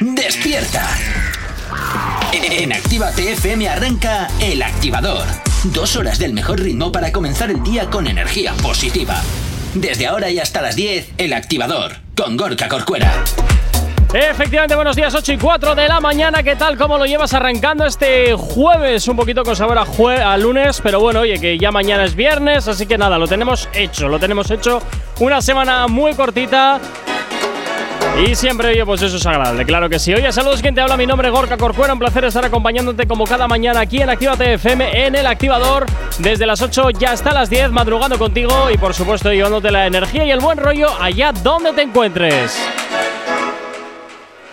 Despierta. En Activa TFM arranca El Activador. Dos horas del mejor ritmo para comenzar el día con energía positiva. Desde ahora y hasta las 10, El Activador, con Gorka Corcuera. Efectivamente, buenos días, 8 y 4 de la mañana. ¿Qué tal? ¿Cómo lo llevas arrancando este jueves? Un poquito con sabor a, jue a lunes, pero bueno, oye, que ya mañana es viernes, así que nada, lo tenemos hecho, lo tenemos hecho. Una semana muy cortita, y siempre, oye, pues eso es agradable, claro que sí. Oye, saludos, quien te habla, mi nombre es Gorka Corcuera, un placer estar acompañándote como cada mañana aquí en Actívate FM, en El Activador, desde las 8 ya hasta las 10, madrugando contigo y por supuesto llevándote la energía y el buen rollo allá donde te encuentres.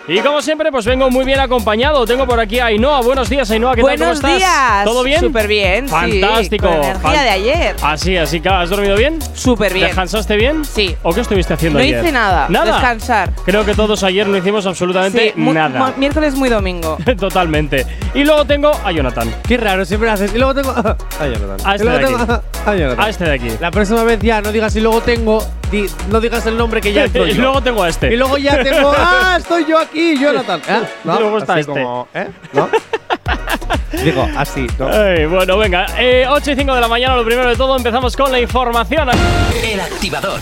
Y como siempre, pues vengo muy bien acompañado. Tengo por aquí a Ainhoa. Buenos días, Ainhoa. ¿Qué tal? Buenos ¿Cómo estás? días. ¿Todo bien? Súper bien. Fantástico. Sí, con la energía Fan- de ayer. Así, así que has dormido bien. Súper bien. ¿Descansaste bien? Sí. ¿O qué estuviste haciendo No ayer? hice nada. Nada. Descansar. Creo que todos ayer no hicimos absolutamente Sí, mu- nada. mu- Miércoles muy domingo. Totalmente. Y luego tengo a Jonathan. Qué raro, siempre haces. Y luego tengo. Ay, Jonathan. A este y luego de aquí. tengo- Ay, Jonathan. A este de aquí. La próxima vez ya no digas y luego tengo. di- no digas el nombre que ya estoy. y yo. luego tengo a este. Y luego ya tengo. ¡Ah! Estoy yo aquí, Jonathan. ¿Eh? Y luego está así este. como. ¿Eh? ¿No? Digo, así, ¿no? Ay, bueno, venga. Eh, 8 y 5 de la mañana, lo primero de todo, empezamos con la información. El Activador.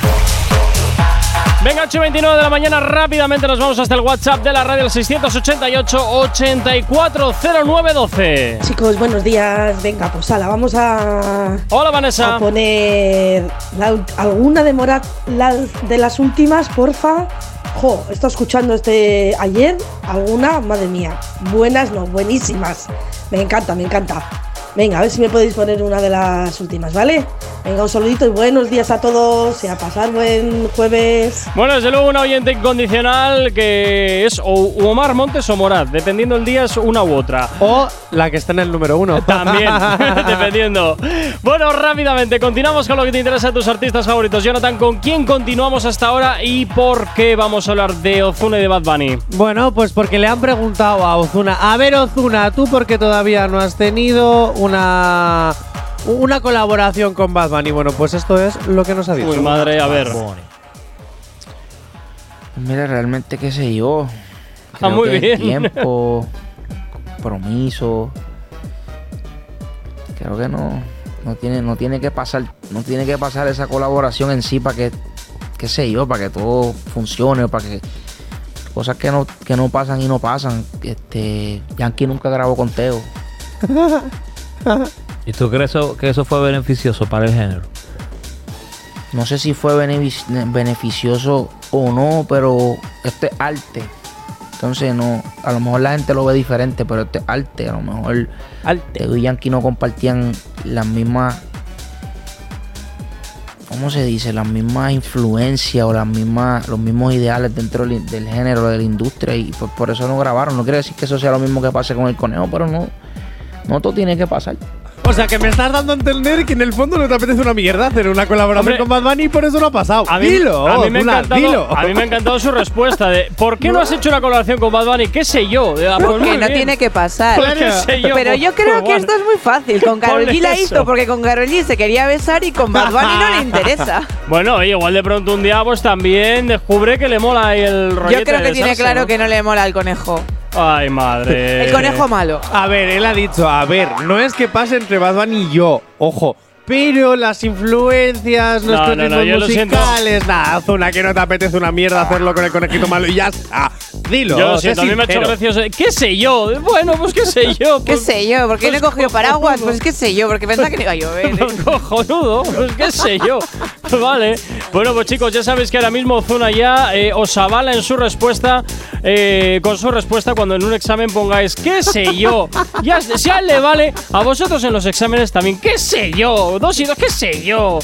Venga, 8 y 29 de la mañana, rápidamente nos vamos hasta el WhatsApp de la radio, el 688-840912. Chicos, buenos días. Venga, pues ala, vamos a, Hola, a Vanessa. poner la ult- alguna de Morat la- de las últimas, porfa. Jo, he estado escuchando este ayer, alguna, madre mía. Buenas, no, buenísimas. Me encanta, me encanta. Venga, a ver si me podéis poner una de las últimas, ¿vale? Venga, un saludito y buenos días a todos y a pasar buen jueves. Bueno, desde luego un oyente incondicional que es o u Omar Montes o Morat, dependiendo el día es una u otra. O la que está en el número uno. También, dependiendo. Bueno, rápidamente, continuamos con lo que te interesa de tus artistas favoritos. Jonathan, ¿con quién continuamos hasta ahora y por qué vamos a hablar de Ozuna y de Bad Bunny? Bueno, pues porque le han preguntado a Ozuna, a ver Ozuna, tú porque todavía no has tenido una una colaboración con Bad Bunny. Bueno, pues esto es lo que nos ha dicho. Uy, madre, a ver. Mira, realmente qué sé yo. Creo Ah, muy que es bien. Tiempo, compromiso. Creo que no, no tiene, no tiene que pasar, no tiene que pasar esa colaboración en sí para que, qué sé yo, para que todo funcione, para que cosas que no, que no pasan y no pasan. Este, Yankee nunca grabó con Teo. ¿Y tú crees eso- que eso fue beneficioso para el género? No sé si fue benefic- beneficioso o no, pero esto es arte. Entonces no, a lo mejor la gente lo ve diferente, pero esto es arte. A lo mejor Teo y Yankee no compartían las mismas, ¿cómo se dice? Las mismas influencias o las mismas, los mismos ideales dentro del, del género, de la industria, y por, por eso no grabaron. No quiere decir que eso sea lo mismo que pase con el conejo, pero no, no todo tiene que pasar. O sea, que me estás dando a entender que en el fondo no te apetece una mierda hacer una colaboración Hombre, con Bad Bunny y por eso no ha pasado. A mí, dilo, a mí me ha Ozuna, encantado, dilo. a mí me ha encantado su respuesta de ¿por qué no has hecho una colaboración con Bad Bunny? ¿Qué sé yo? Ah, pues muy Porque no bien. tiene que pasar. Pues qué sé yo, Pero por yo creo que favor. esto es muy fácil. Con Karol Ponle G la eso. hizo porque con Karol G se quería besar y con Bad Bunny no le interesa. Bueno, oye, igual de pronto un día pues también descubre que le mola el rollete Yo creo que de tiene salsa, claro ¿no? Eh, que no le mola el conejo. Ay, madre. El conejo malo. A ver, él ha dicho, a ver, no es que pase entre Bad Bunny y yo, ojo. Pero las influencias, No, nuestros no, no, yo ritmos lo siento. musicales, nada, Ozuna, que no te apetece una mierda hacerlo con el conejito malo y ya está. Dilo. Yo lo sé siento, a mí me ha hecho sincero. gracioso. ¿Qué sé yo? Bueno, pues qué sé yo. ¿Qué pues- sé yo? ¿Por qué no he pues cogido paraguas? Pues qué sé yo, porque pensaba que no iba a llover. ¿eh? Pues cojonudo, pues qué sé yo. Vale. Bueno, pues chicos, ya sabéis que ahora mismo Zona ya eh, os avala en su respuesta, eh, con su respuesta cuando en un examen pongáis, qué sé yo. Ya, si a él le vale, a vosotros en los exámenes también, qué sé yo. Dos y dos, qué sé yo.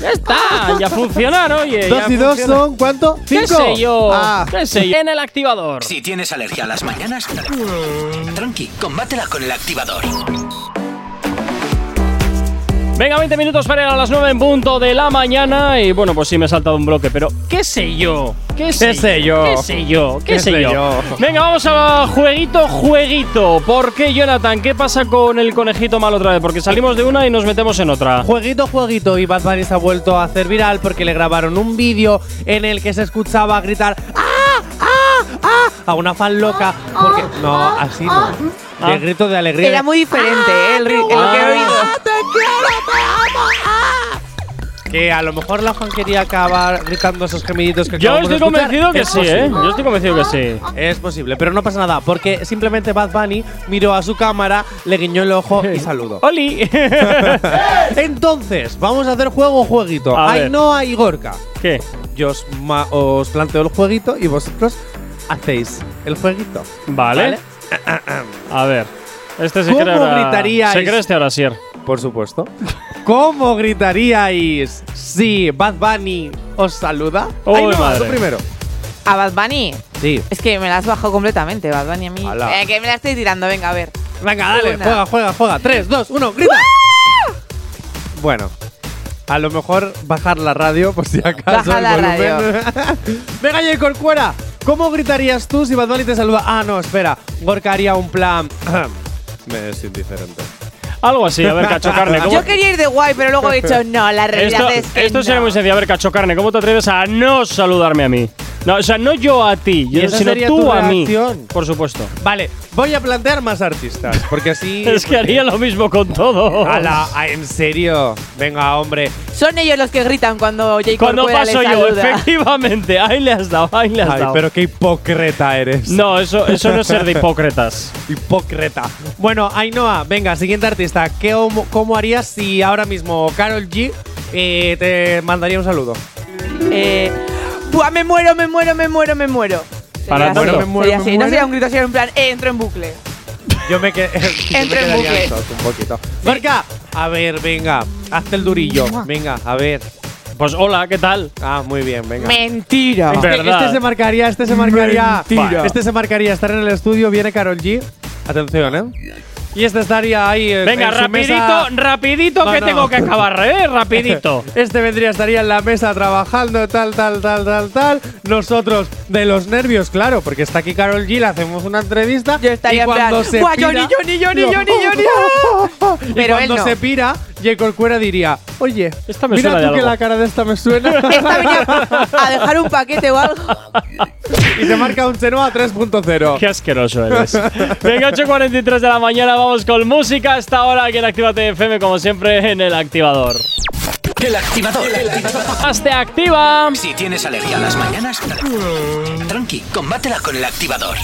Ya está, ya funcionaron, oye. Dos ya y dos funciona. son, ¿cuánto? ¿Qué ¿Cinco? sé yo? Ah. ¿Qué sé yo? En el activador. Si tienes alergia a las mañanas, tranqui, combátela con El Activador. Venga, 20 minutos para llegar a las 9 en punto de la mañana. Y bueno, pues sí, me he saltado un bloque, pero ¿qué sé yo? ¿Qué sé yo? ¿Qué sé yo? ¿Qué, ¿Qué sé sé yo? yo? Venga, vamos a jueguito, jueguito. ¿Por qué, Jonathan? ¿Qué pasa con el conejito mal otra vez? Porque salimos de una y nos metemos en otra. Jueguito, jueguito, y Bad Bunny se ha vuelto a hacer viral porque le grabaron un vídeo en el que se escuchaba gritar ¡Ah! ¡Ah! ¡Ah! a una fan loca. Porque, no, así no. El grito de alegría. Ah. Era muy diferente, Ah, ¿eh? El, ri- el que he oído. Que a lo mejor la fan quería acabar gritando esos gemiditos que Yo acabamos de estoy escuchar. convencido que Es sí, ¿eh? Yo estoy convencido que sí. Es posible, pero no pasa nada, porque simplemente Bad Bunny miró a su cámara, le guiñó el ojo y saludó. ¡Oli! Entonces, vamos a hacer juego o jueguito. A ver. Ainhoa y Gorka. ¿Qué? Eh, Yo os, ma- os planteo el jueguito y vosotros hacéis el jueguito. Vale. A ver. Este se ¿Cómo cree ahora. gritaríais? Se cree este ahora, Sier. Por supuesto. ¿Cómo gritaríais si Bad Bunny os saluda? Uy, Ainhoa, tú madre. primero. A Bad Bunny. Sí. Es que me la has bajado completamente, Bad Bunny a mí. Ala. Eh, que me la estoy tirando, venga, a ver. Venga, dale, Una. juega, juega, juega. 3, 2, 1, grita. Bueno, a lo mejor bajar la radio por si acaso. Baja el la volumen. Venga, Jay Corcuera, ¿cómo gritarías tú si Bad Bunny te saluda? Ah, no, espera. Gorka haría un plan. Me es indiferente. Algo así, a ver, cacho carne. ¿cómo- Yo quería ir de guay, pero luego he dicho, no, la realidad Esto, es que esto no. sería muy sencillo. A ver, cacho carne, ¿cómo te atreves a no saludarme a mí? No, o sea, no yo a ti, yo- esa sino sería tú tu a mí. reacción? Por supuesto. Vale, voy a plantear más artistas, porque así. Es que haría lo mismo con todo. Ala, ah, en serio. Venga, hombre. Son ellos los que gritan cuando Jay Cuando Corcuera les paso yo, saluda. efectivamente. Ahí le has dado, ahí le has Ay, dado. pero qué hipócrita eres. No, eso, eso no es ser de hipócritas. Hipócrita. Bueno, Ainhoa, venga, siguiente artista. ¿Qué, homo- ¿Cómo harías si ahora mismo Carol G eh, te mandaría un saludo? Eh, Buah, me muero, me muero, me muero, me muero. Sería Para así, tanto. sería Me muero, me así. muero. No sería un grito, sería un plan, eh, entro en bucle. Yo me, que- yo me Entra en quedaría bucle. en shock un poquito. Gorka, a ver, venga, hazte el durillo. Venga, a ver. Pues hola, ¿qué tal? Ah, muy bien, venga. Mentira. Este, Ah. Verdad. este se marcaría, este se marcaría. Mentira. Este se marcaría estar en el estudio, viene Carol G. Atención, ¿eh? Y este estaría ahí. eh, Venga, en su rapidito, mesa. rapidito No, que no. tengo que acabar, ¿eh? Rapidito. Este vendría, estaría en la mesa trabajando, tal, tal, tal, tal, tal. Nosotros, de los nervios, claro, porque está aquí Carol G, le hacemos una entrevista. Yo estaría y en cuando plan, se "Guau, pira, Johnny, Johnny, Johnny, yo- Johnny, Johnny, y Pero cuando él no. se pira, J. Corcuera diría, oye, Esta me mira suena tú de que algo". la cara de esta me suena. Esta venía a dejar un paquete o algo. y te marca un Chenoa 3.0. Qué asqueroso eres. Venga, 8.43 de la mañana, vamos con música hasta ahora aquí en Actívate FM, como siempre, en el activador. El activador. ¡Hazte activa! Si tienes alergia a las mañanas, tranqui, combátela con el activador.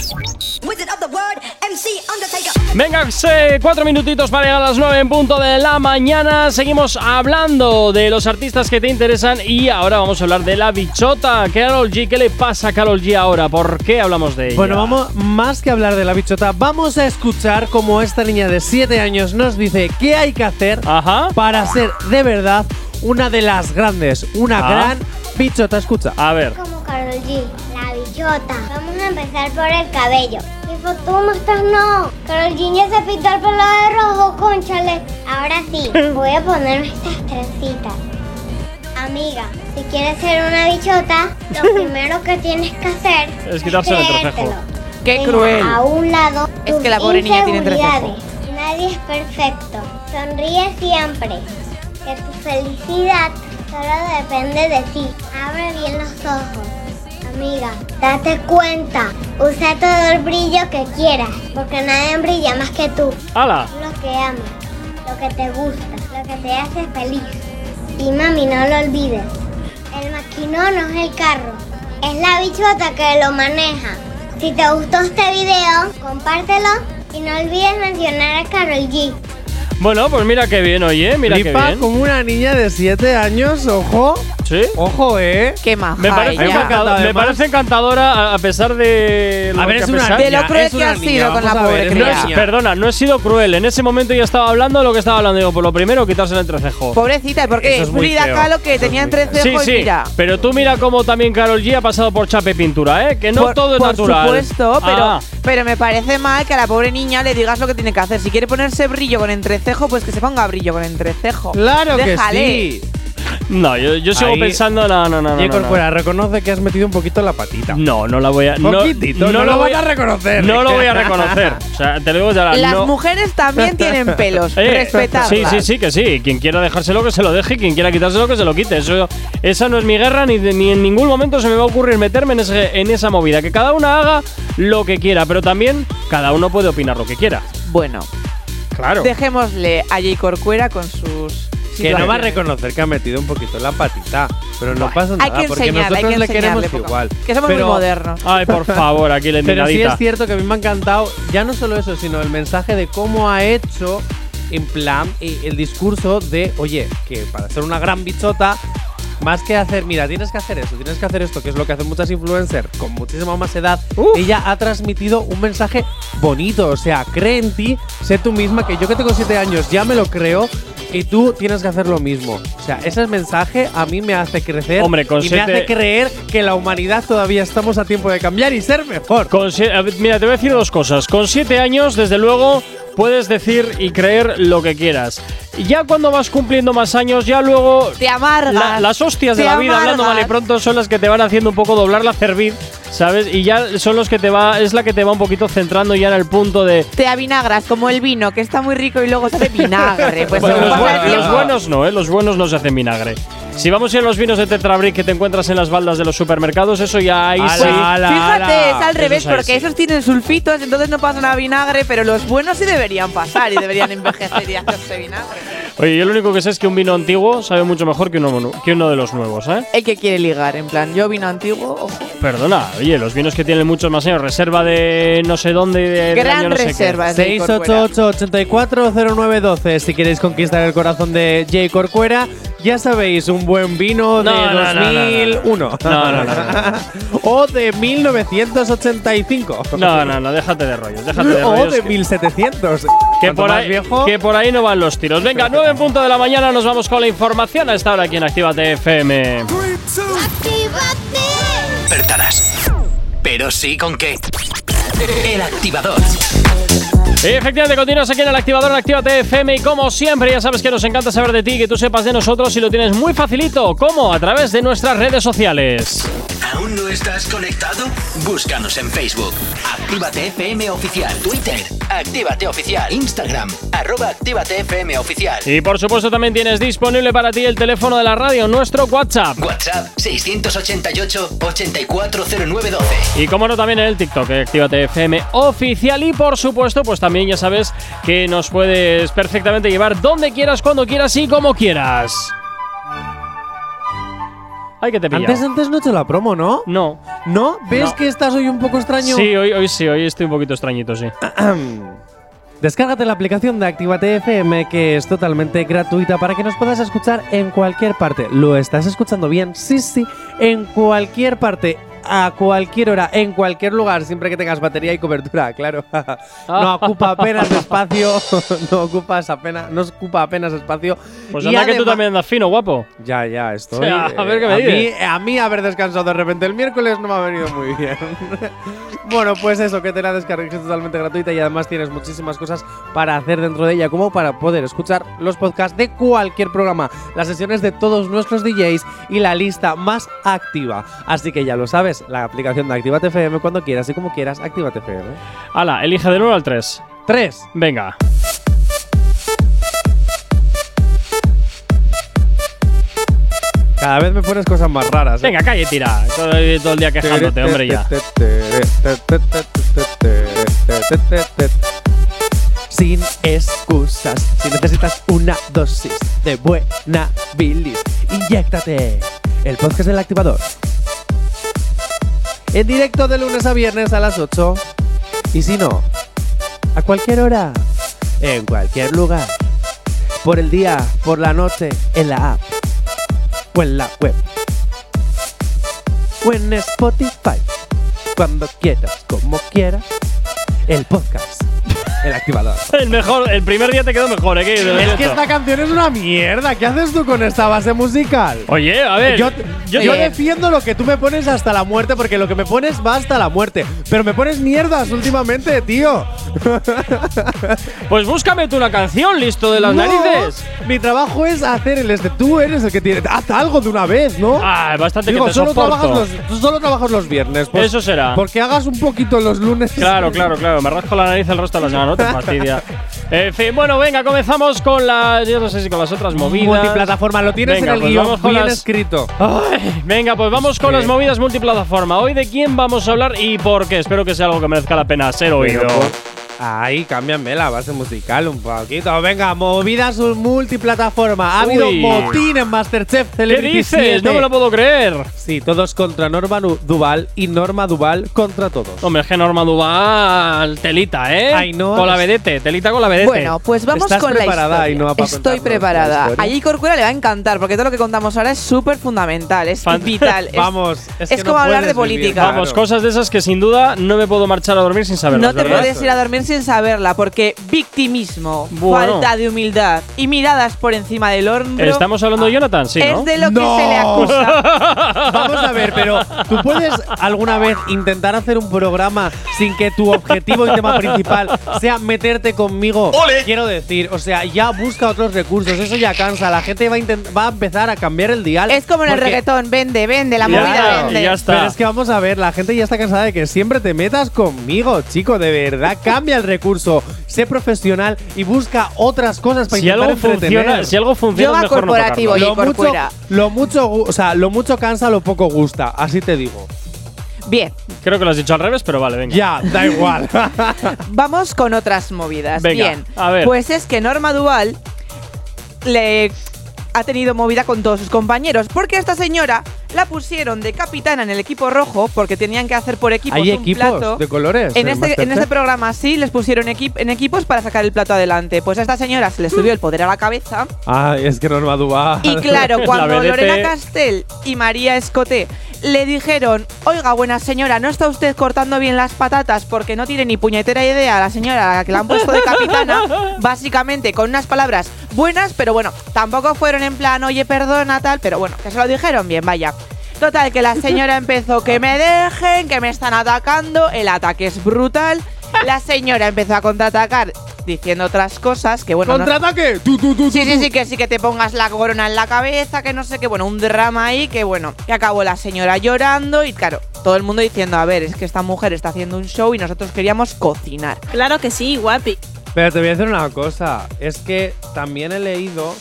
Wizard of the Word, MC Undertaker. Venga, se- cuatro minutitos para llegar a las 9 en punto de la mañana. Seguimos hablando de los artistas que te interesan y ahora vamos a hablar de la bichota. Carol G, ¿qué le pasa a Carol G ahora? ¿Por qué hablamos de ella? Bueno, vamos más que hablar de la bichota, vamos a escuchar cómo esta niña de 7 años nos dice qué hay que hacer Ajá. para ser de verdad una de las grandes, una Ah. gran bichota. Escucha. A ver. Como Carol G, la billota. Vamos a empezar por el cabello. Dijo, tú no estás no. Carol G ya se pintó el pelo de rojo, conchale. Ahora sí, voy a ponerme estas trencitas. Amiga, si quieres ser una bichota, lo primero que tienes que hacer Es quitarse el entrecejo. creértelo. Qué Deja cruel. A un lado. Es tus que la pobre niña tiene entrecejo. inseguridades. Nadie es perfecto. Sonríe siempre. Que tu felicidad solo depende de ti. Abre bien los ojos. Amiga, date cuenta. Usa todo el brillo que quieras. Porque nadie brilla más que tú. ¡Hala! Lo que amas. Lo que te gusta. Lo que te hace feliz. Y mami, no lo olvides. El maquinón no es el carro, es la bichota que lo maneja. Si te gustó este video, compártelo y no olvides mencionar a Carol G. Bueno, pues mira qué bien, oye, mira qué Flipa bien. como una niña de 7 años, ojo. ¿Sí? Ojo, eh. Qué maja Me parece, ella. encantado. encantado- me además. parece encantadora a- a pesar de. lo A ver, que es a una pesar- De lo niña, cruel es que una has niña, sido con vamos la a ver, pobre es una No cría. es- niña. perdona, no he sido cruel. En ese momento yo estaba hablando de lo que estaba hablando. Digo, por lo primero, quitarse el entrecejo. Pobrecita, porque Eso es muy Frida feo. Kahlo que Eso es tenía muy feo. entrecejo Sí, y sí. mira. Pero tú mira cómo también Carol G ha pasado por chape pintura, ¿eh? Que no por, todo es por natural. supuesto, pero, Ah, pero me parece mal que a la pobre niña le digas lo que tiene que hacer. Si quiere ponerse brillo con entrecejo, pues que se ponga brillo con entrecejo. Claro Déjale. que sí. No, yo, yo sigo Ahí- pensando. No, no, no. no, Diego no, no. Corcuera, reconoce que has metido un poquito la patita. No, no la voy a. No, Poquitito, no lo van a reconocer. No lo voy a reconocer. O sea, te lo digo ya. Las Ah, no. mujeres también tienen pelos. Eh, Respetadlas. Sí, sí, sí, que sí. Quien quiera dejárselo, que se lo deje. y Quien quiera quitárselo, que se lo quite. Eso, esa no es mi guerra, ni, de- ni en ningún momento se me va a ocurrir meterme en, ese- en esa movida. Que cada una haga lo que quiera, pero también cada uno puede opinar lo que quiera. Bueno, Claro. dejémosle a Jay Corcuera con sus. Que no va a situaciones. reconocer que ha metido un poquito la patita. Pero no pasa Hay nada, que porque enseñarle, hay nosotros que le queremos enseñarle poco. igual. Que somos Pero- muy modernos. Ay, por favor, aquí la Pero sí indignadita. es cierto que a mí me ha encantado, ya no solo eso, sino el mensaje de cómo ha hecho, en plan, eh, el discurso de, oye, que para ser una gran bichota, más que hacer, mira, tienes que hacer eso, tienes que hacer esto, que es lo que hacen muchas influencers con muchísima más edad, ella ha transmitido un mensaje bonito, o sea, cree en ti, sé tú misma, que yo que tengo 7 años ya me lo creo. Y tú tienes que hacer lo mismo. O sea, ese mensaje a mí me hace crecer Hombre, con y me siete- hace creer que la humanidad todavía estamos a tiempo de cambiar y ser mejor. Con sie- a ver, mira, te voy a decir dos cosas. Con siete años, desde luego, puedes decir y creer lo que quieras. Ya cuando vas cumpliendo más años, ya luego Te amargas. la- las hostias de te la vida, hablando mal y amargas. pronto, son las que te van haciendo un poco doblar la cerviz, ¿sabes? Y ya son los que te va, es la que te va un poquito centrando ya en el punto de. Te avinagras, como el vino, que está muy rico y luego se hace vinagre. Pues Bueno, según los, pasa el buen- los tiempo- buenos no, ¿eh? Los buenos no se hacen vinagre. Si vamos a ir a los vinos de Tetrabric que te encuentras en las baldas de los supermercados, eso ya hay. Ala, sí. ala, Pues Fíjate, ala. es al Esos revés, ahí porque sí. esos tienen sulfitos, entonces no pasan a vinagre, pero los buenos sí deberían pasar y deberían envejecer y hacerse vinagre. Oye, yo lo único que sé es que un vino antiguo sabe mucho mejor que uno, nu- que uno de los nuevos, ¿eh? El que quiere ligar, en plan, yo vino antiguo, ojo. Perdona, oye, los vinos que tienen muchos más años, reserva de no sé dónde, de del Gran año no sé qué. reserva. es de Corcuera. 688-840912. Si queréis conquistar el corazón de Jay Corcuera, ya sabéis, un buen vino de No, no, no, no, no. 2001. No, no, no, o de 1985. No, no, no, déjate de rollos, déjate de o rollos. de que- 1700. que Cuanto por, más ahí, viejo, que por ahí no van los tiros. Venga, 9 en punto de la mañana, nos vamos con la información a esta hora aquí en Actívate FM. ¡Actívate! Despertarás. Pero sí con qué. El activador. Efectivamente, continúas aquí en el activador en Actívate FM y como siempre, ya sabes que nos encanta saber de ti, que tú sepas de nosotros y lo tienes muy facilito. ¿Cómo? A través de nuestras redes sociales. ¿Aún no estás conectado? Búscanos en Facebook. Actívate FM Oficial. Twitter. Actívate Oficial. Instagram. Arroba Actívate FM Oficial. Y por supuesto también tienes disponible para ti el teléfono de la radio, nuestro WhatsApp. WhatsApp 688 840912. Y como no, también en el TikTok, eh, Actívate FM oficial. Y por supuesto, pues también ya sabes que nos puedes perfectamente llevar donde quieras, cuando quieras y como quieras. Ay, que te pillo. Antes, antes no he hecho la promo, ¿no? No. ¿No? ¿Ves No. que estás hoy un poco extraño? Sí, hoy, hoy sí, hoy estoy un poquito extrañito, sí. Ah, Descárgate la aplicación de Actívate FM que es totalmente gratuita para que nos puedas escuchar en cualquier parte. ¿Lo estás escuchando bien? Sí, sí, en cualquier parte, a cualquier hora, en cualquier lugar, siempre que tengas batería y cobertura, claro. no ocupa apenas espacio, no ocupas apenas, no ocupa apenas espacio. Pues Y anda que tú además- también andas fino, guapo. Ya, ya, estoy. eh, sea, a ver qué me a mí, dices. a mí haber descansado de repente el miércoles no me ha venido muy bien. bueno, pues eso, que te la descargues totalmente gratuita y además tienes muchísimas cosas para hacer dentro de ella, como para poder escuchar los podcasts de cualquier programa, las sesiones de todos nuestros DJs y la lista más activa. Así que ya lo sabes, la aplicación de Actívate FM cuando quieras y como quieras, Actívate FM. Hala, elige del 1 al 3. 3. Venga. Cada vez me pones cosas más raras. ¿eh? Venga, calle, tira. Todo, todo el día quejándote, hombre, ya. Sin excusas, si necesitas una dosis de buena bilis, inyéctate el podcast del activador. En directo de lunes a viernes a las 8. Y si no, a cualquier hora, en cualquier lugar, por el día, por la noche, en la app o en la web o en Spotify. Cuando quieras, como quieras, el podcast El activador. El mejor, el primer día te quedó mejor, ¿eh? Que- Es que esta canción es una mierda. ¿Qué haces tú con esta base musical? Oye, a ver. eh, Yo, yo- yo defiendo lo que tú me pones hasta la muerte, porque lo que me pones va hasta la muerte. Pero me pones mierdas últimamente, tío. Pues búscame tú una canción, listo de las No, narices. Mi trabajo es hacer el este. Tú eres el que tiene. Haz algo de una vez, ¿no? Ah, bastante Digo, que te solo soporto. trabajas, los, tú solo trabajas los viernes. pues, Eso será. Porque hagas un poquito los lunes. Claro, claro, claro. Me rasco la nariz el resto de la semana, no te fastidia. En fin, bueno, venga, comenzamos con las. Yo no sé si con las otras movidas. Multiplataforma, lo tienes Venga, en el pues guión vamos con bien las- escrito. Ay, venga, pues vamos con las movidas multiplataforma. Hoy de quién vamos a hablar y por qué. Espero que sea algo que merezca la pena ser oído. Pero, Ahí, cámbiame la base musical un poquito. Venga, movidas multiplataforma. Ha Uy. habido motín en Masterchef ¿Qué Celebrity dices? 7. No me lo puedo creer. Sí, todos contra Norma Nu- Duval y Norma Duval contra todos. Hombre, es que Norma Duval, telita, ¿eh? Ay, no. Con la vedete, telita con la vedete. Bueno, pues vamos ¿Estás con la preparada, historia. Ainhoa, para Estoy contarnos la preparada. historia? A J. Corcuera le va a encantar porque todo lo que contamos ahora es súper fundamental, es Fan- vital. es- Vamos, es, es que como no hablar de puedes vivir, política. claro. Vamos, cosas de esas que sin duda no me puedo marchar a dormir sin saberlas, no te ¿verdad? puedes ir a dormir sin saberla porque victimismo, Bueno. falta de humildad y miradas por encima del hombro Estamos hablando de Jonathan, sí, ¿no? es de lo ¡No! que se le acusa. Vamos a ver, pero ¿tú puedes alguna vez intentar hacer un programa sin que tu objetivo y tema principal sea meterte conmigo? Quiero decir, o sea, ya busca otros recursos, eso ya cansa, la gente va a, intent- va a empezar a cambiar el dial. es como en el porque- reggaetón, vende, vende, la Ya, movida vende. y ya Pero está. es que vamos a ver, la gente ya está cansada de que siempre te metas conmigo, chico, de verdad, cambia el recurso, sé profesional y busca otras cosas para si, intentar algo entretener. funciona, si algo funciona, Yoga es mejor no corporativo, tocarlo. Oye, lo mucho, Corcuera. lo mucho, gu- o sea, lo mucho cansa, lo poco gusta, así te digo. Bien, Creo que lo has dicho al revés, pero vale, venga. Ya, da igual. vamos con otras movidas. Venga, Bien, a ver. pues es que Norma Duval le ha tenido movida con todos sus compañeros porque a esta señora la pusieron de capitana en el equipo rojo porque tenían que hacer por equipos Hay un equipos plato. de colores. En Masterchef. este, en este programa sí les pusieron equi- en equipos para sacar el plato adelante. Pues a esta señora se le subió el poder a la cabeza. Ay, es que Norma Duval. Y claro, La cuando vedete. Lorena Castel y María Escoté le dijeron, oiga, buena señora, ¿no está usted cortando bien las patatas porque no tiene ni puñetera idea la señora a la que la han puesto de capitana? Básicamente, con unas palabras buenas, pero bueno, tampoco fueron en plan, oye, perdona, tal, pero bueno, que se lo dijeron bien, vaya. Total, que la señora empezó, que me dejen, que me están atacando, el ataque es brutal. La señora empezó a contraatacar diciendo otras cosas que, bueno, no- ¡Contraataque! ¡Tú, tú, tú! Sí, tú, sí, tú! sí, que sí que te pongas la corona en la cabeza, que no sé qué, bueno, un drama ahí, que bueno, que acabó la señora llorando y claro, todo el mundo diciendo, a ver, es que esta mujer está haciendo un show y nosotros queríamos cocinar. Claro que sí, guapi. Pero te voy a decir una cosa. Es que también he leído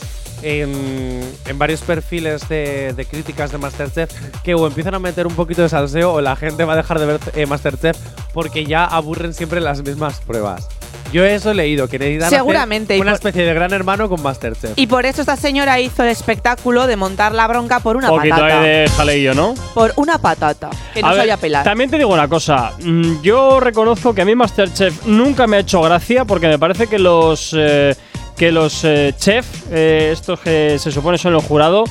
en, en varios perfiles de, de críticas de Masterchef que o empiezan a meter un poquito de salseo o la gente va a dejar de ver eh, Masterchef porque ya aburren siempre las mismas pruebas. Yo eso he leído, que necesitan hacer Seguramente, y una por- especie de gran hermano con Masterchef. Y por eso esta señora hizo el espectáculo de montar la bronca por una poquito patata. ahí de jaleillo, ¿no? Por una patata, que no A se ver, vaya a pelar. También te digo una cosa. mm, Yo reconozco que a mí Masterchef nunca me ha hecho gracia porque me parece que los. eh, que los eh, chef, eh, estos que se supone son los jurados,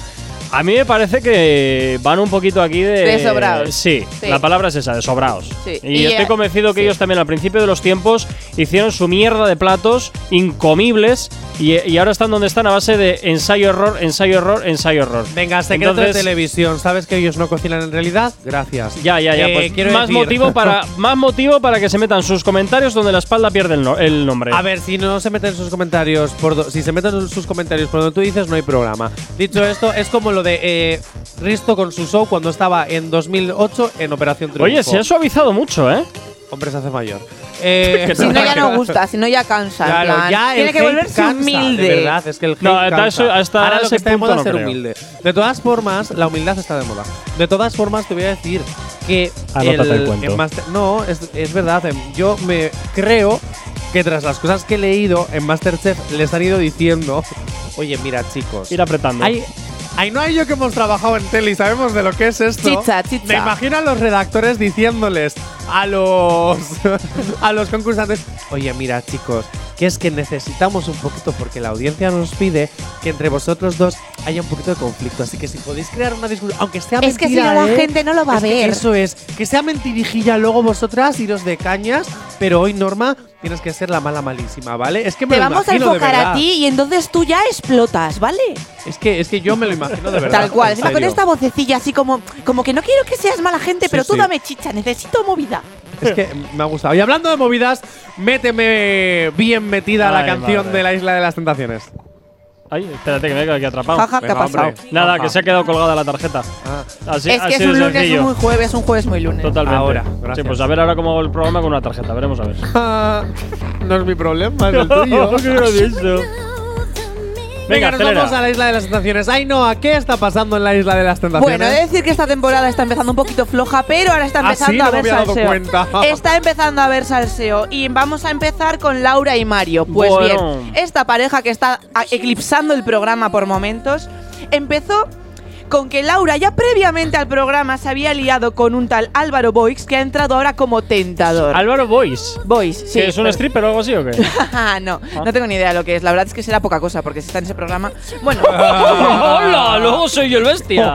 a mí me parece que van un poquito aquí de. De sobraos. Sí, Sí. la palabra es esa, de sobraos. Sí. Y, Y, estoy eh, convencido que sí. ellos también al principio de los tiempos hicieron su mierda de platos incomibles y, y ahora están donde están a base de ensayo-error, ensayo-error, ensayo-error. Venga, secreto de Entonces- televisión. ¿Sabes que ellos no cocinan en realidad? Gracias. Ya, ya, ya. Eh, pues quiero más, decir- motivo para, más motivo para que se metan sus comentarios donde la espalda pierde el, no- el nombre. A ver, si no se meten sus comentarios por do- si se meten sus comentarios por donde tú dices, no hay programa. Dicho esto, es como lo de eh, Risto con su show cuando estaba en 2008 en Operación Triunfo. Oye, se ha suavizado mucho, ¿eh? Hombre, se hace mayor. Eh, Que si no, ya no gusta, si no, ya cansa. en Claro, plan, ya tiene el que hate volverse cansa, humilde. De verdad, es que el hate No, hasta cansa. eso- hasta Ahora lo ese que está de punto moda no es ser creo. humilde. De todas formas, la humildad está de moda. De todas formas, te voy a decir que Anótate el cuento. en Master- no, es, es verdad. em, Yo me creo que tras las cosas que he leído en Masterchef les han ido diciendo, oye, mira, chicos, Ir apretando. hay hay no hay yo que hemos trabajado en tele y sabemos de lo que es esto. Chicha, chicha. Me imagino a los redactores diciéndoles a los a los concursantes, "Oye, mira, chicos, que es que necesitamos un poquito, porque la audiencia nos pide que entre vosotros dos haya un poquito de conflicto. Así que si podéis crear una discusión, aunque sea Es que si mentira, no, la ¿eh? gente no lo va a Es que ver. Eso es, que sea mentirijilla luego vosotras iros de cañas, pero hoy Norma tienes que ser la mala malísima, ¿vale? Es que me Te lo vamos a imagino de enfocar a verdad. ti y entonces tú ya explotas, ¿vale? Es que, es que yo me lo imagino de verdad. Tal cual. en Encima con serio. esta vocecilla así como, como que no quiero que seas mala gente, Sí, pero tú sí. dame chicha, necesito movida. Es que me ha gustado. Y hablando de movidas, méteme bien metida la Ay, canción madre. de la Isla de las Tentaciones. Ay, espérate que me he quedado aquí atrapado. Jaja, ¿qué ha Venga, pasado? hombre. Nada, Jaja. que se ha quedado colgada la tarjeta. Ah. Así, es que así es de un lunes sencillo. muy jueves, un jueves muy lunes. Totalmente. Ahora, gracias. Sí, pues a ver ahora cómo va el programa con una tarjeta. Veremos a ver. Ah, no es mi problema, es el tuyo. Qué gracioso. Venga, Venga, nos acelera. vamos a la Isla de las Tentaciones. Ainhoa, ¿qué está pasando en la Isla de las Tentaciones? Bueno, he de decir que esta temporada está empezando un poquito floja, pero ahora está Ah, empezando sí, no a me ver había dado salseo. cuenta. Está empezando a ver salseo y vamos a empezar con Laura y Mario. Pues Bueno. bien, esta pareja que está a- eclipsando el programa por momentos empezó con que Laura ya previamente al programa se había liado con un tal Álvaro Boix que ha entrado ahora como tentador. Álvaro Boys. Boix, sí. ¿Que ¿Es un pero- stripper o algo así o qué? Ah, no, no tengo ni idea de lo que es. La verdad es que será poca cosa porque si está en ese programa. Bueno, ¡Hola! Luego soy yo el bestia.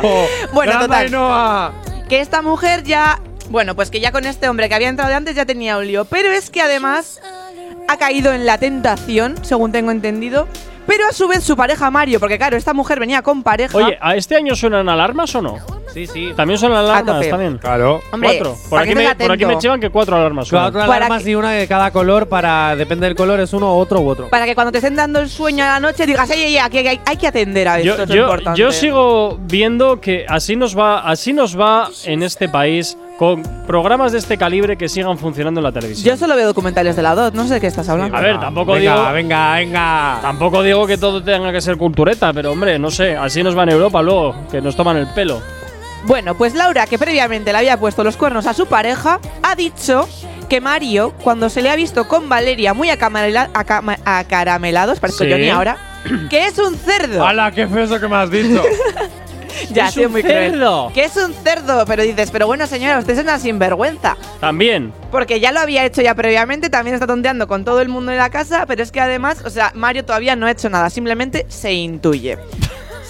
Bueno, Grande total. Ainhoa. que esta mujer ya, bueno, pues que ya con este hombre que había entrado antes ya tenía un lío, pero es que además ha caído en la tentación, según tengo entendido, pero a su vez su pareja Mario, porque claro, esta mujer venía con pareja. Oye, ¿a este año suenan alarmas o no? Sí, sí. También suenan alarmas, tope. también. Claro. hombre, cuatro. Por para aquí, que me, estés por aquí me atento. chivan que cuatro alarmas suenan. Cuatro Para alarmas que- y una de cada color para. Depende del color, es uno u otro u otro. Para que cuando te estén dando el sueño a la noche digas, ay, ay, ay, aquí hay, hay que atender a esto, Yo, es lo yo- importante". yo sigo viendo que así nos va, así nos va en este país con programas de este calibre que sigan funcionando en la televisión. Yo solo veo documentales de la DOT, no sé de qué estás hablando. A ver, tampoco venga, digo- Venga, venga, Tampoco digo que todo tenga que ser cultureta, pero hombre, no sé, así nos va en Europa luego, que nos toman el pelo. Bueno, pues Laura, que previamente le había puesto los cuernos a su pareja, ha dicho que Mario, cuando se le ha visto con Valeria muy acamarela- acama- acaramelados, parezco Sí. yo ni ahora, que es un cerdo. ¡Hala, qué feo eso que me has dicho! ya, ¡Es ha sido un muy cruel. cerdo! Que es un cerdo, pero dices, pero bueno, señora, usted es una sinvergüenza. También. Porque ya lo había hecho ya previamente, también está tonteando con todo el mundo de la casa, pero es que además, o sea, Mario todavía no ha hecho nada, simplemente se intuye.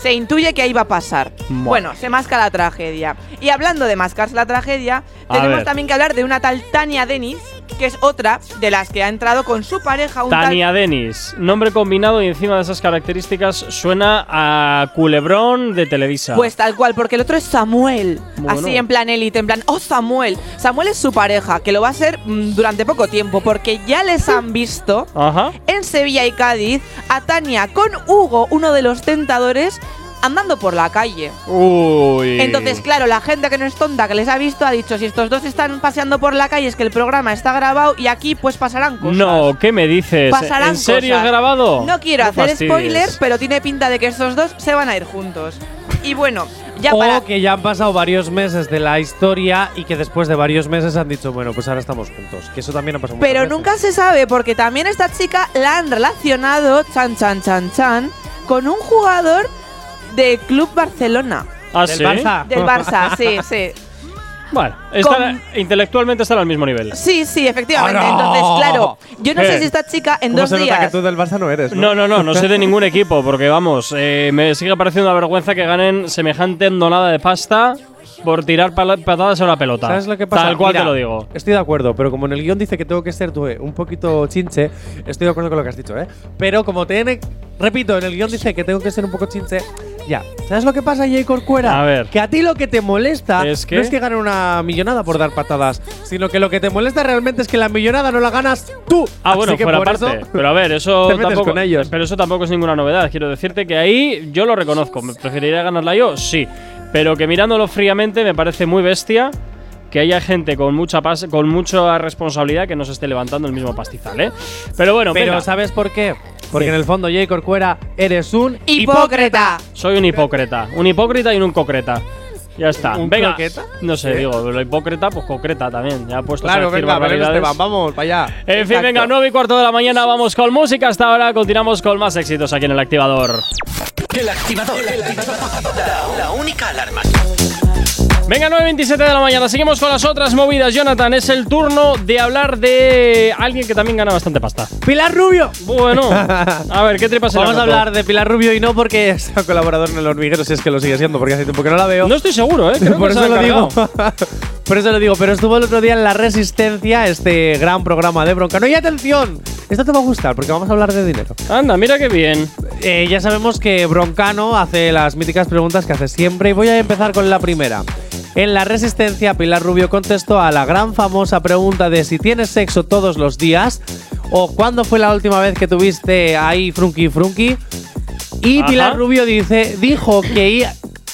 Se intuye que ahí va a pasar. Bueno, se masca la tragedia. Y hablando de mascarse la tragedia, A tenemos ver. también que hablar de una tal Tania Denis, que es otra de las que ha entrado con su pareja, un Tania Denis, nombre combinado y encima de esas características suena a culebrón de Televisa. Pues tal cual, porque el otro es Samuel. Bueno. Así en plan élite, en plan, oh Samuel. Samuel es su pareja, que lo va a ser mm, durante poco tiempo, porque ya les han visto Ajá. en Sevilla y Cádiz a Tania con Hugo, uno de los tentadores, andando por la calle. Uy. Entonces, claro, la gente que no es tonta, que les ha visto, ha dicho, si estos dos están paseando por la calle es que el programa está grabado y aquí pues pasarán cosas. No, ¿qué me dices? Pasarán ¿En serio cosas. es grabado? No quiero hacer fastidies. spoilers, pero tiene pinta de que estos dos se van a ir juntos. Y bueno, ya Oh, para... o que ya han pasado varios meses de la historia y que después de varios meses han dicho, bueno, pues ahora estamos juntos. Que eso también ha pasado muchas Pero veces. nunca se sabe porque también esta chica la han relacionado, chan, chan, chan, chan, con un jugador del Club Barcelona. ¿Ah, Del sí? Barça. Del Barça, sí, sí. Bueno, estará- Con- intelectualmente estará al mismo nivel. Sí, sí, efectivamente. ¡Ah, no! Entonces, claro, yo no Eh. sé si esta chica en ¿Cómo dos se nota que días. tú del Barça no eres? No, no, no, no soy de ningún equipo, porque vamos, eh, me sigue pareciendo una vergüenza que ganen semejante endonada de pasta por tirar pala- patadas a una pelota. ¿Sabes lo que pasa? Tal cual Mira, te lo digo. Estoy de acuerdo, pero como en el guión dice que tengo que ser tú, eh, un poquito chinche, estoy de acuerdo con lo que has dicho, ¿eh? Pero como tiene. Repito, en el guión dice que tengo que ser un poco chinche. Ya. ¿Sabes lo que pasa, Jay Corcuera? A ver. Que a ti lo que te molesta Es que- no es que ganen una millonada por dar patadas, sino que lo que te molesta realmente es que la millonada no la ganas tú. Ah, Así bueno, que fuera por eso- parte. Pero a ver, eso te metes tampoco. con ellos. Pero eso tampoco es ninguna novedad. Quiero decirte que ahí yo lo reconozco. ¿Me preferiría ganarla yo? Sí. Pero que mirándolo fríamente me parece muy bestia que haya gente con mucha pas- con mucha responsabilidad que no se esté levantando el mismo pastizal, ¿eh? Pero bueno, Pero venga. ¿sabes por qué? Porque en el fondo, Jay Corcuera, eres un. Hipócrita. Soy un hipócrita. Un hipócrita y un concreta. Ya está. ¿Un venga. croqueta? No sé, ¿Qué? digo, lo hipócrita, pues concreta también. Ya he puesto Claro, a decir venga, Belén barbaridades. Esteban, vamos, para allá. En fin, Exacto. venga, 9 y cuarto de la mañana, vamos con música. Hasta ahora continuamos con más éxitos aquí en el activador. El activador. El activador. La, la única alarma Venga, 9.27 de la mañana. Seguimos con las otras movidas. Jonathan, es el turno de hablar de alguien que también gana bastante pasta. ¡Pilar Rubio! Bueno, a ver, ¿qué tripas se le Vamos a ha roto? hablar de Pilar Rubio y no porque es colaborador en el hormiguero, si es que lo sigue siendo, porque hace tiempo que no la veo. No estoy seguro, ¿eh? Creo que Por se la eso lo han digo. cargado. Por eso lo digo, pero estuvo el otro día en La Resistencia, este gran programa de bronca. No, y atención, esto te va a gustar porque vamos a hablar de dinero. Anda, mira qué bien. Eh, ya sabemos que Broncano hace las míticas preguntas que hace siempre y voy a empezar con la primera. En la resistencia, Pilar Rubio contestó a la gran famosa pregunta de si tienes sexo todos los días o cuándo fue la última vez que tuviste ahí frunky frunky. Y Ajá. Pilar Rubio dice, dijo que, hi-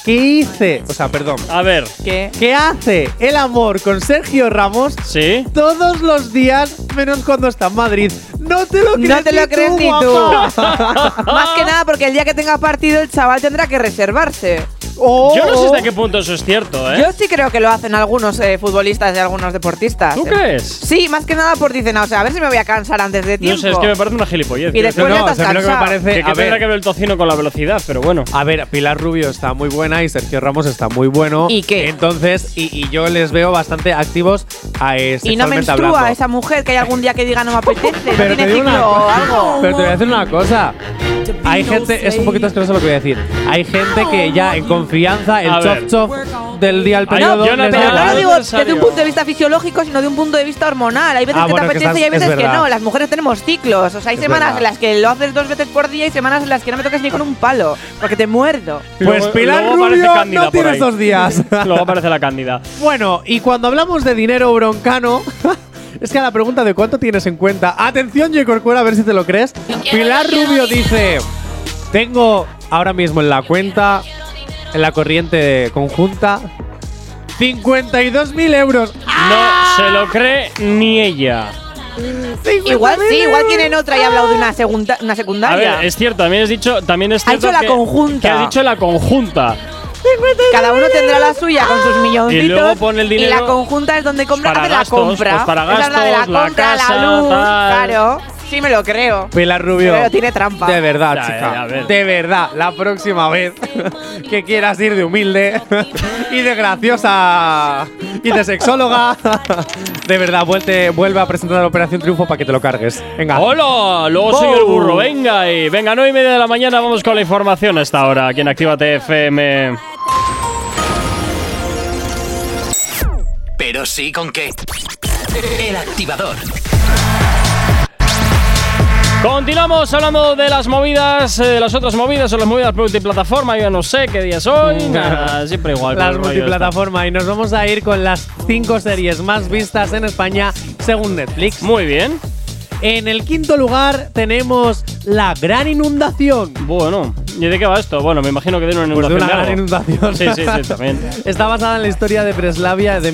que hice, o sea, perdón, A ver, ¿Qué? que hace el amor con Sergio Ramos ¿sí? todos los días menos cuando está en Madrid. No te lo crees, No te lo crees ni tú. guapa. Más que nada porque el día que tenga partido el chaval tendrá que reservarse. Oh. Yo no sé hasta qué punto eso es cierto, ¿eh? Yo sí creo que lo hacen algunos eh, futbolistas y algunos deportistas. ¿Tú eh. crees? Sí, más que nada por dicen, "Ah, o sea, a ver si me voy a cansar antes de No tiempo. sé, es que me parece una gilipollez. Y tío. después- Pues ya no, estás a mí lo que me cansado. parece. Que, que a, tendrá ver, que ver el tocino con la velocidad, pero bueno. a ver, Pilar Rubio está muy buena y Sergio Ramos está muy bueno. ¿Y qué? Entonces, y, y yo les veo bastante activos a y eh, no sexualmente menstrua hablando. esa mujer que hay algún día que diga no me apetece, no Pero te tiene digo ciclo una o cosa. algo. Pero te voy a decir una cosa. Hay gente, es un poquito asqueroso lo que voy a decir. Hay gente que ya en confianza, A el ver. chof chof del día al Ay, periodo. Jonathan, les da Pero no igual. lo digo desde necesario. un punto de vista fisiológico, sino de un punto de vista hormonal. Hay veces Ah, que bueno, te apetece que estás- y hay veces es que verdad. no. Las mujeres tenemos ciclos. O sea, hay Es semanas verdad. en las que lo haces dos veces por día y semanas en las que no me toques ni con un palo, porque te muerdo. Pues Luego- Pilar luego aparece Rubio Cándida no por tiene ahí. esos días. Luego aparece la cándida. Bueno, y cuando hablamos de dinero broncano, es que a la pregunta de cuánto tienes en cuenta, atención, J. Corcuera, a ver si te lo crees. Pilar Rubio dice: Tengo ahora mismo en la cuenta, en la corriente conjunta, 52.000 euros. No se lo cree ni ella. Igual sí, igual tienen otra y ha hablado de una, segunda, una A secundaria. ver, es cierto, también has dicho, también es Ha cierto dicho la que- conjunta. Que ha dicho la conjunta. Cada uno tendrá la suya con sus milloncitos. Y luego pone el dinero y la conjunta es donde compra para hace la gastos, compra. pues para Esa es la de la gastos, la compra, la, casa, luz. tal. Claro. Sí me lo creo. Pilar Rubio. Pero tiene trampa. De verdad, Ya, chica. ya, a ver. de verdad, la próxima vez que quieras ir de humilde y de graciosa y de sexóloga, de verdad, vuelte- vuelve a presentar la Operación Triunfo para que te lo cargues. Venga. ¡Hola! Luego soy el burro, venga y venga, 9 y media de la mañana, vamos con la información hasta ahora. Aquí en Actívate FM. Pero sí con qué. El activador. Continuamos hablando de las movidas, eh, de las otras movidas o las movidas multiplataforma. Yo no sé qué día son. nada, siempre igual. Las con el rollo este. multiplataformas y nos vamos a ir con las cinco series más vistas en España según este. Netflix. Muy bien. En el quinto lugar tenemos La Gran Inundación. Bueno, ¿y de qué va esto? Bueno, me imagino que de una Pues de inundación. una gran de algo. inundación. Sí, sí, sí, también. Está basada en la historia de Breslavia de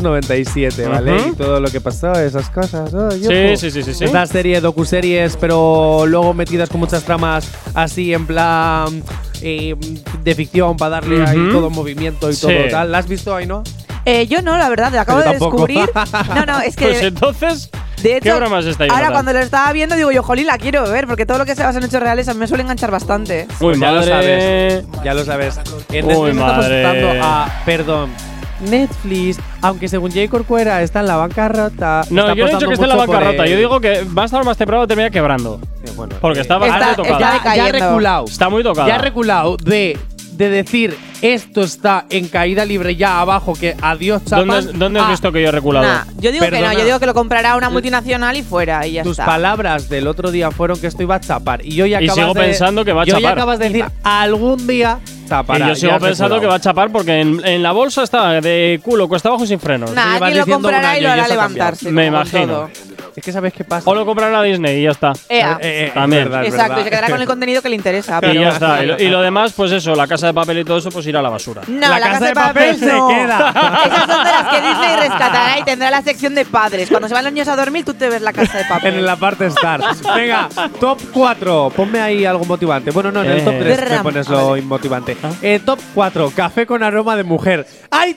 1997, ¿vale? Ujú. Y todo lo que pasó, esas cosas. oh, Sí, yujú. sí, sí, sí, sí. Esta serie, docuseries, pero luego metidas con muchas tramas así en plan eh, de ficción para darle ahí Ujú. todo movimiento y Sí. todo tal. ¿La has visto ahí, no? Eh, yo no, la verdad, la acabo Yo de tampoco. descubrir. No, no, es que. Pues entonces, de ¿qué hecho, bromas estáis ahora hablando? cuando lo estaba viendo digo yo, jolín, la quiero ver, porque todo lo que se basa en hechos reales a mí me suele enganchar bastante. Uy, Pues ya lo madre. sabes. Ya lo sabes. En Uy, Netflix estamos madre. tanto a. Perdón. Netflix, aunque según Jay Corcuera está en la bancarrota. No, yo no he está dicho apostando que esté en la mucho por bancarrota. él. Yo digo que va a estar más temprano termina quebrando. Eh, bueno, Porque eh, está bastante está- tocada. está- ya ha decayendo. reculado. Está muy tocada. Ya ha reculado de, de decir esto está en caída libre ya abajo, que adiós chapas. Ah, ¿Dónde, dónde has a visto que yo he reculado? Ah, Nah, yo digo Perdona. que no, yo digo que lo comprará una multinacional y fuera, y ya Tus está. palabras del otro día fueron que esto iba a chapar. Y yo ya Y acabas sigo de- pensando que va a yo ya chapar. acabas de decir algún día Y chapará. yo sigo pensando que va a chapar porque en, en la bolsa está de culo, cuesta abajo y sin frenos. Nah, alguien llevas lo diciendo un comprará año y y lo hará eso ha cambiado. levantarse. Me como con imagino. todo. Es que sabes qué pasa. O lo comprará Disney y ya está. Ea. Eh, eh, es También. verdad, es Exacto, y verdad. se quedará con el contenido que le interesa. Y pero- ya está. Y lo, y lo demás, pues eso, la casa de papel y todo eso, pues irá a la basura. No, La la, Casa casa, de de papel, Papel se no. queda. Esas son de las que Disney rescatará y tendrá la sección de padres. Cuando se van los niños a dormir, tú te ves la casa de papel. En la parte Star. Venga, top 4. Ponme ahí algo motivante. Bueno, no, en el Eh. top 3 me Berram. pones Ah, lo vale. inmotivante. Eh, top 4. Café con aroma de mujer. ¡Ay,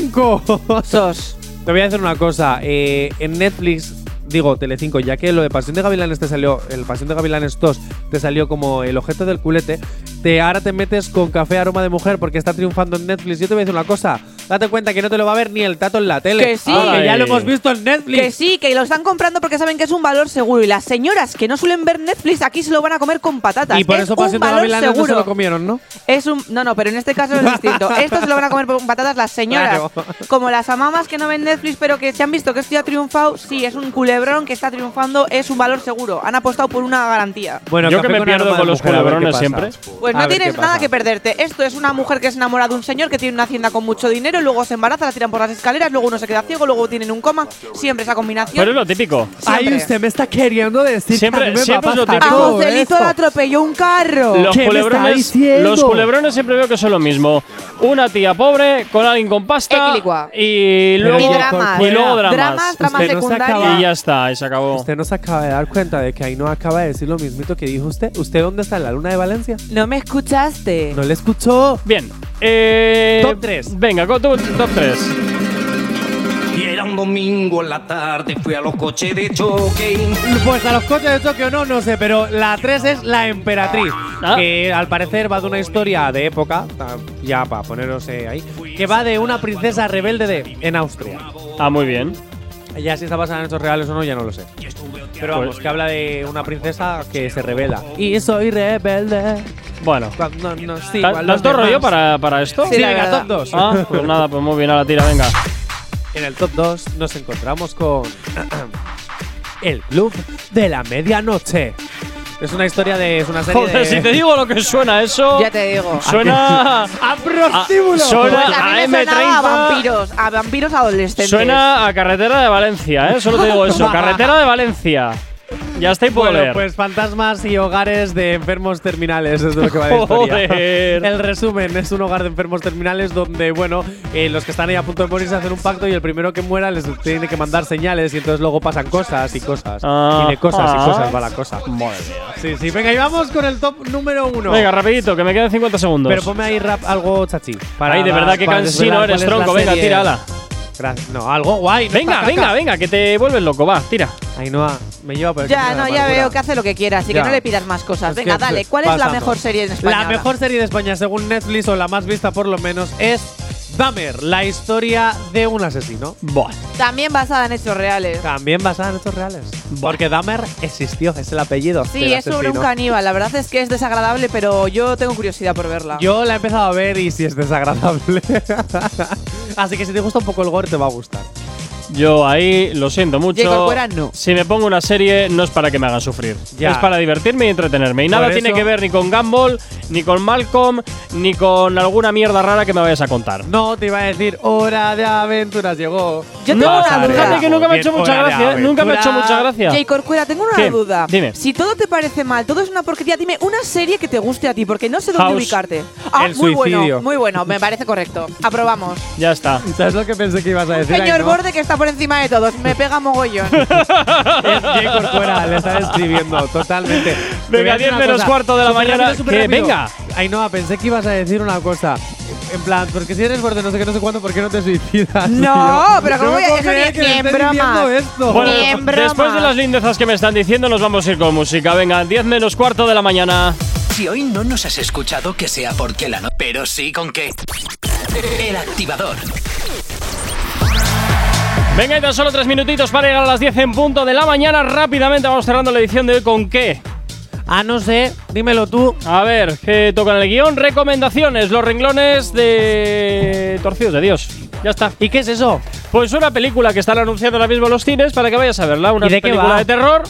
Tele5! Sos. Te voy a decir una cosa. eh, en Netflix, digo Telecinco, ya que lo de Pasión de Gavilanes te salió, el Pasión de Gavilanes 2 te salió como el objeto del culete, te, ahora te metes con Café Aroma de Mujer porque está triunfando en Netflix. Yo te voy a decir una cosa. date cuenta que no te lo va a ver ni el tato en la tele. Que sí. Porque ya Ay. lo hemos visto en Netflix. Que sí, que lo están comprando porque saben que es un valor seguro. Y las señoras que no suelen ver Netflix aquí se lo van a comer con patatas. Y por es eso un Pasión de valor Gavilanes no se seguro. lo comieron, ¿no? Es un no, no, pero en este caso es distinto. Esto se lo van a comer con patatas las señoras. Claro. Como las amamas que no ven Netflix, pero que se han visto que esto ya ha triunfado, sí, es un culebrón que está triunfando, es un valor seguro. Han apostado por una garantía. Bueno, Yo café que me con aroma pierdo de con los mujer, a ver qué culebrones pasa. siempre. Pues A no ver qué tienes pasa. nada que perderte. Esto es una mujer que se enamora de un señor que tiene una hacienda con mucho dinero, luego se embaraza, la tiran por las escaleras, luego uno se queda ciego, luego tienen un coma. Siempre esa combinación. Pero es lo típico. Ay, Siempre. usted me está queriendo decir Siempre- que a mí me siempre va a es lo pasar típico. A todo Joselito esto. la atropelló un carro. Los ¿Qué me está culebrones, diciendo? los culebrones siempre veo que son lo mismo. Una tía pobre con alguien con pasta Equilicua. y Pero luego y ¿eh? dramas. y luego dramas. Dramas, dramas Usted no se acaba- secundarias. Y ya está, y se acabó. Usted no se acaba de dar cuenta de que ahí no acaba de decir lo mismito que dijo usted. ¿Usted dónde está en la luna de Valencia? No me escuchaste. No le escuchó. Bien. Eh, Top tres. Venga, go- top 3. Y era un domingo en la tarde, fui a los coches de choque. Pues a los coches de Tokio no, no sé, pero la 3 es la emperatriz. Ah. Que al parecer va de una historia de época, ah, ya para poneros eh, ahí, que va de una princesa rebelde de, en Austria. Ah, muy bien. Ya si está basada en hechos reales o no, ya no lo sé. Pero Pues- vamos, que habla de una princesa que se revela. Y soy rebelde. Bueno. Cuando no sigo a los ¿Tanto demás. rollo para, para esto? Sí, Sí, la venga, verdad. top 2. Ah, pues nada, pues muy bien, a la tira, venga. En el top 2 nos encontramos con El Club de la Medianoche. Es una historia de. Es una serie Joder, de. si te digo lo que suena eso, Ya te digo. suena a prostíbulo. Pues suena a a mí me sonaba a M30. vampiros, a vampiros adolescentes. Suena a carretera de Valencia, ¿eh? Solo te digo eso, carretera de Valencia. Ya está y puedo Bueno, leer. pues fantasmas y hogares de enfermos terminales es de lo que va la Joder. historia. El resumen es un hogar de enfermos terminales donde, bueno, eh, los que están ahí a punto de morirse hacen un pacto y el primero que muera les tiene que mandar señales y entonces luego pasan cosas y cosas. Ah. y de cosas Ah. y cosas va la cosa. Sí, sí, venga, y vamos con el top número uno. Venga, rapidito, que me quedan 50 segundos. Pero ponme ahí rap algo chachi. Para Ay, de dar- verdad, qué para cansino desvelar eres, cuál es la tronco. Venga, serie. tira, ala. Gra- No, algo guay. no Venga, está venga, caca. venga, que te vuelves loco, va, tira. Ainhoa, me lleva por el Ya, camino no, de la ya amargura. veo que hace lo que quiera, así Ya. que no le pidas más cosas. Es que Venga, dale, ¿cuál es la pasamos. mejor serie en España? La ahora? mejor serie de España, según Netflix, o la más vista por lo menos, es Dahmer, la historia de un asesino. Buah. También basada en hechos reales. También basada en hechos reales. Porque Dahmer existió, es el apellido. Sí, del es sobre un asesino. caníbal. La verdad es que es desagradable, pero yo tengo curiosidad por verla. Yo la he empezado a ver y si es desagradable. Así que si te gusta un poco el gore, te va a gustar. Yo ahí lo siento Jacob mucho. Cuerán, no. Si me pongo una serie no es para que me hagan sufrir. Ya. Es para divertirme y entretenerme. Y nada Por tiene eso- que ver ni con Gumball, ni con Malcolm, ni con alguna mierda rara que me vayas a contar. No, te iba a decir, hora de aventuras llegó. Yo tengo una Pasaré. duda. Fíjate que nunca me ha hecho Bien, mucha hora de gracia. ¿eh? Nunca me ha hecho aventura. mucha gracia. Jay Corcuera, tengo una ¿Qué? duda. Dime. Si todo te parece mal, todo es una porquería, dime una serie que te guste a ti, porque no sé dónde House. ubicarte. Ah, El muy suicidio. bueno, muy bueno, me parece correcto. Aprobamos. Ya está. ¿Sabes lo que pensé que ibas a decir? Señor Ainhoa? Borde que está por encima de todos, me pega mogollón. Es Jay Corcuera, le está escribiendo totalmente. Te voy a decir 10 una menos cosa, cuarto de la superrápido, mañana, superrápido. que venga. Ainhoa, pensé que ibas a decir una cosa. En plan, porque si eres borde, no sé qué, no sé cuándo, ¿por qué no te suicidas? No, Y yo, pero no ¿cómo me voy a- puedo eso creer ni- que le ni en Eh. estés bromas. diciendo esto. Bueno, Ni en después broma. de las lindezas que me están diciendo, nos vamos a ir con música. Venga, 10 menos cuarto de la mañana. Si hoy no nos has escuchado, que sea porque la no, pero sí con qué. El activador. Venga, y tan solo tres minutitos para llegar a las 10 en punto de la mañana. Rápidamente vamos cerrando la edición de hoy con qué. Ah, no sé, dímelo tú. A ver, que tocan el guión. Recomendaciones, los renglones de. Torcidos de Dios. Ya está. ¿Y qué es eso? Pues una película que están anunciando ahora mismo los cines para que vayas a verla. Una ¿Y de qué película va? de terror.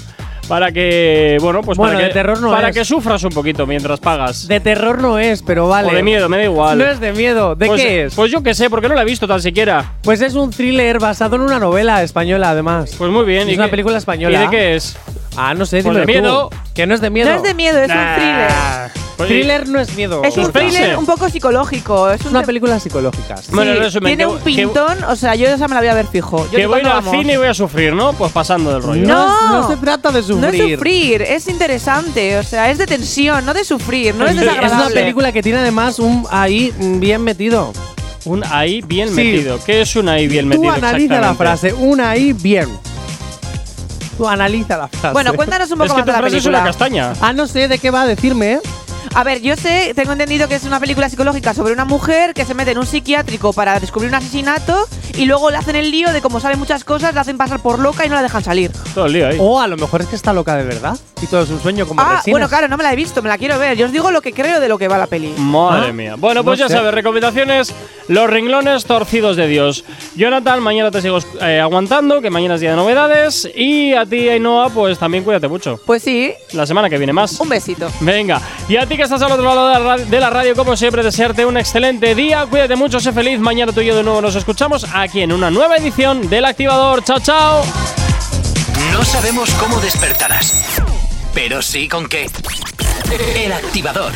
Para que. Bueno, pues Bueno, para que. de terror no para es. que sufras un poquito mientras pagas. De terror no es, pero vale. O de miedo, me da igual. No es de miedo. ¿De Pues- qué es? Pues, Pues yo qué sé, porque no la he visto tan siquiera. es un thriller basado en una novela española, además. Pues muy bien. Es ¿y una qué- película española. ¿Y de qué es? ah, no sé, Pues dímelo de miedo. tú. Que no es de miedo. No es de miedo, es un thriller. Pues- Thriller no es miedo. Es un Suspense. thriller un poco psicológico. Es Es un una te- película psicológica. sí. Sí, Bueno, en resumen, tiene que- un que- pintón, o sea, yo esa me la voy a ver fijo. Yo Que digo, voy a ir no, al vamos. cine y voy a sufrir, ¿no? Pues pasando del rollo. No. no se trata de No es sufrir. sufrir, es interesante, o sea, es de tensión, no de sufrir, no es Es desagradable. una película que tiene además un ahí mm, bien metido. Un ahí bien Sí. metido. ¿Qué es un ahí bien Tú metido? analiza la exactamente? frase, un ahí bien. Tú analiza la frase. Bueno, cuéntanos un poco Es que más tu de la frase es una película. castaña. Ah, no sé de qué va a decirme, ¿eh? A ver, yo sé, tengo entendido que es una película psicológica sobre una mujer que se mete en un psiquiátrico para descubrir un asesinato y luego le hacen el lío de como sabe muchas cosas, la hacen pasar por loca y no la dejan salir. Todo el lío ahí. O a lo mejor es que está loca de verdad y todo es un sueño como ah, Resines. bueno, claro, no me la he visto, me la quiero ver. Yo os digo lo que creo de lo que va la peli. Madre ¿Ah? mía. Bueno, pues No ya sé. sabes, recomendaciones, los renglones torcidos de Dios. Jonathan, mañana te sigo eh, aguantando, que mañana es día de novedades. Y a ti, Ainhoa, pues también cuídate mucho. Pues sí, La semana que viene más. un besito. Venga, y a ti que estás al otro lado de la ra- de la radio, como siempre, desearte un excelente día. Cuídate mucho, sé feliz. Mañana tú y yo de nuevo nos escuchamos aquí en una nueva edición del Activador. ¡Chao, chao! No sabemos cómo despertarás, pero sí con qué. El activador.